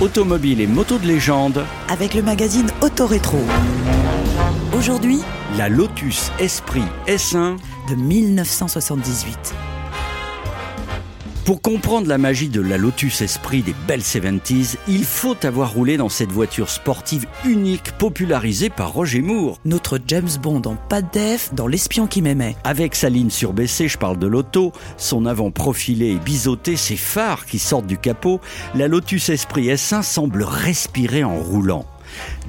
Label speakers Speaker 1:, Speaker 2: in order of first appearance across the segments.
Speaker 1: Automobiles et motos de légende,
Speaker 2: avec le magazine Autorétro. Aujourd'hui,
Speaker 1: la Lotus Esprit S1.
Speaker 2: de 1978.
Speaker 1: Pour comprendre la magie de la Lotus Esprit des belles 70s, il faut avoir roulé dans cette voiture sportive unique popularisée par Roger Moore.
Speaker 2: Notre James Bond en pas de def dans L'espion qui m'aimait.
Speaker 1: Avec sa ligne surbaissée, je parle de l'auto, son avant profilé et biseauté, ses phares qui sortent du capot, la Lotus Esprit S1 semble respirer en roulant.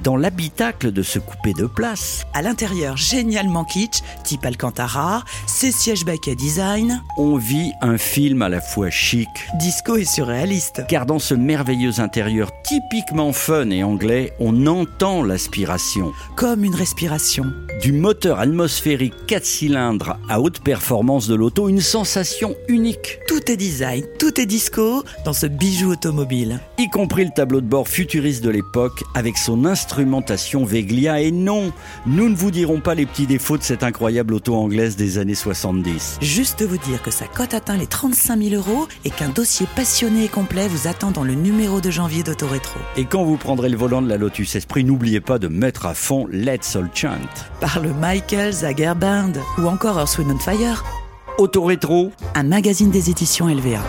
Speaker 1: Dans l'habitacle de ce coupé de place,
Speaker 2: À l'intérieur, génialement kitsch, type Alcantara, ses sièges à design,
Speaker 1: on vit un film à la fois chic,
Speaker 2: disco et surréaliste.
Speaker 1: car dans ce merveilleux intérieur typiquement fun et anglais, on entend l'aspiration.
Speaker 2: Comme une respiration.
Speaker 1: Du moteur atmosphérique 4 cylindres à haute performance de l'auto, une sensation unique.
Speaker 2: Tout est design, tout est disco dans ce bijou automobile.
Speaker 1: y compris le tableau de bord futuriste de l'époque avec son instrumentation Veglia. Et non, nous ne vous dirons pas les petits défauts de cette incroyable auto anglaise des années 70.
Speaker 2: Juste vous dire que sa cote atteint les 35 000 euros et qu'un dossier passionné et complet vous attend dans le numéro de janvier d'Autorétro.
Speaker 1: Et quand vous prendrez le volant de la Lotus Esprit, n'oubliez pas de mettre à fond Let's All Chant.
Speaker 2: Par le Michael Zager Band ou encore Earth, Wind and Fire,
Speaker 1: Autorétro,
Speaker 2: un magazine des éditions LVA.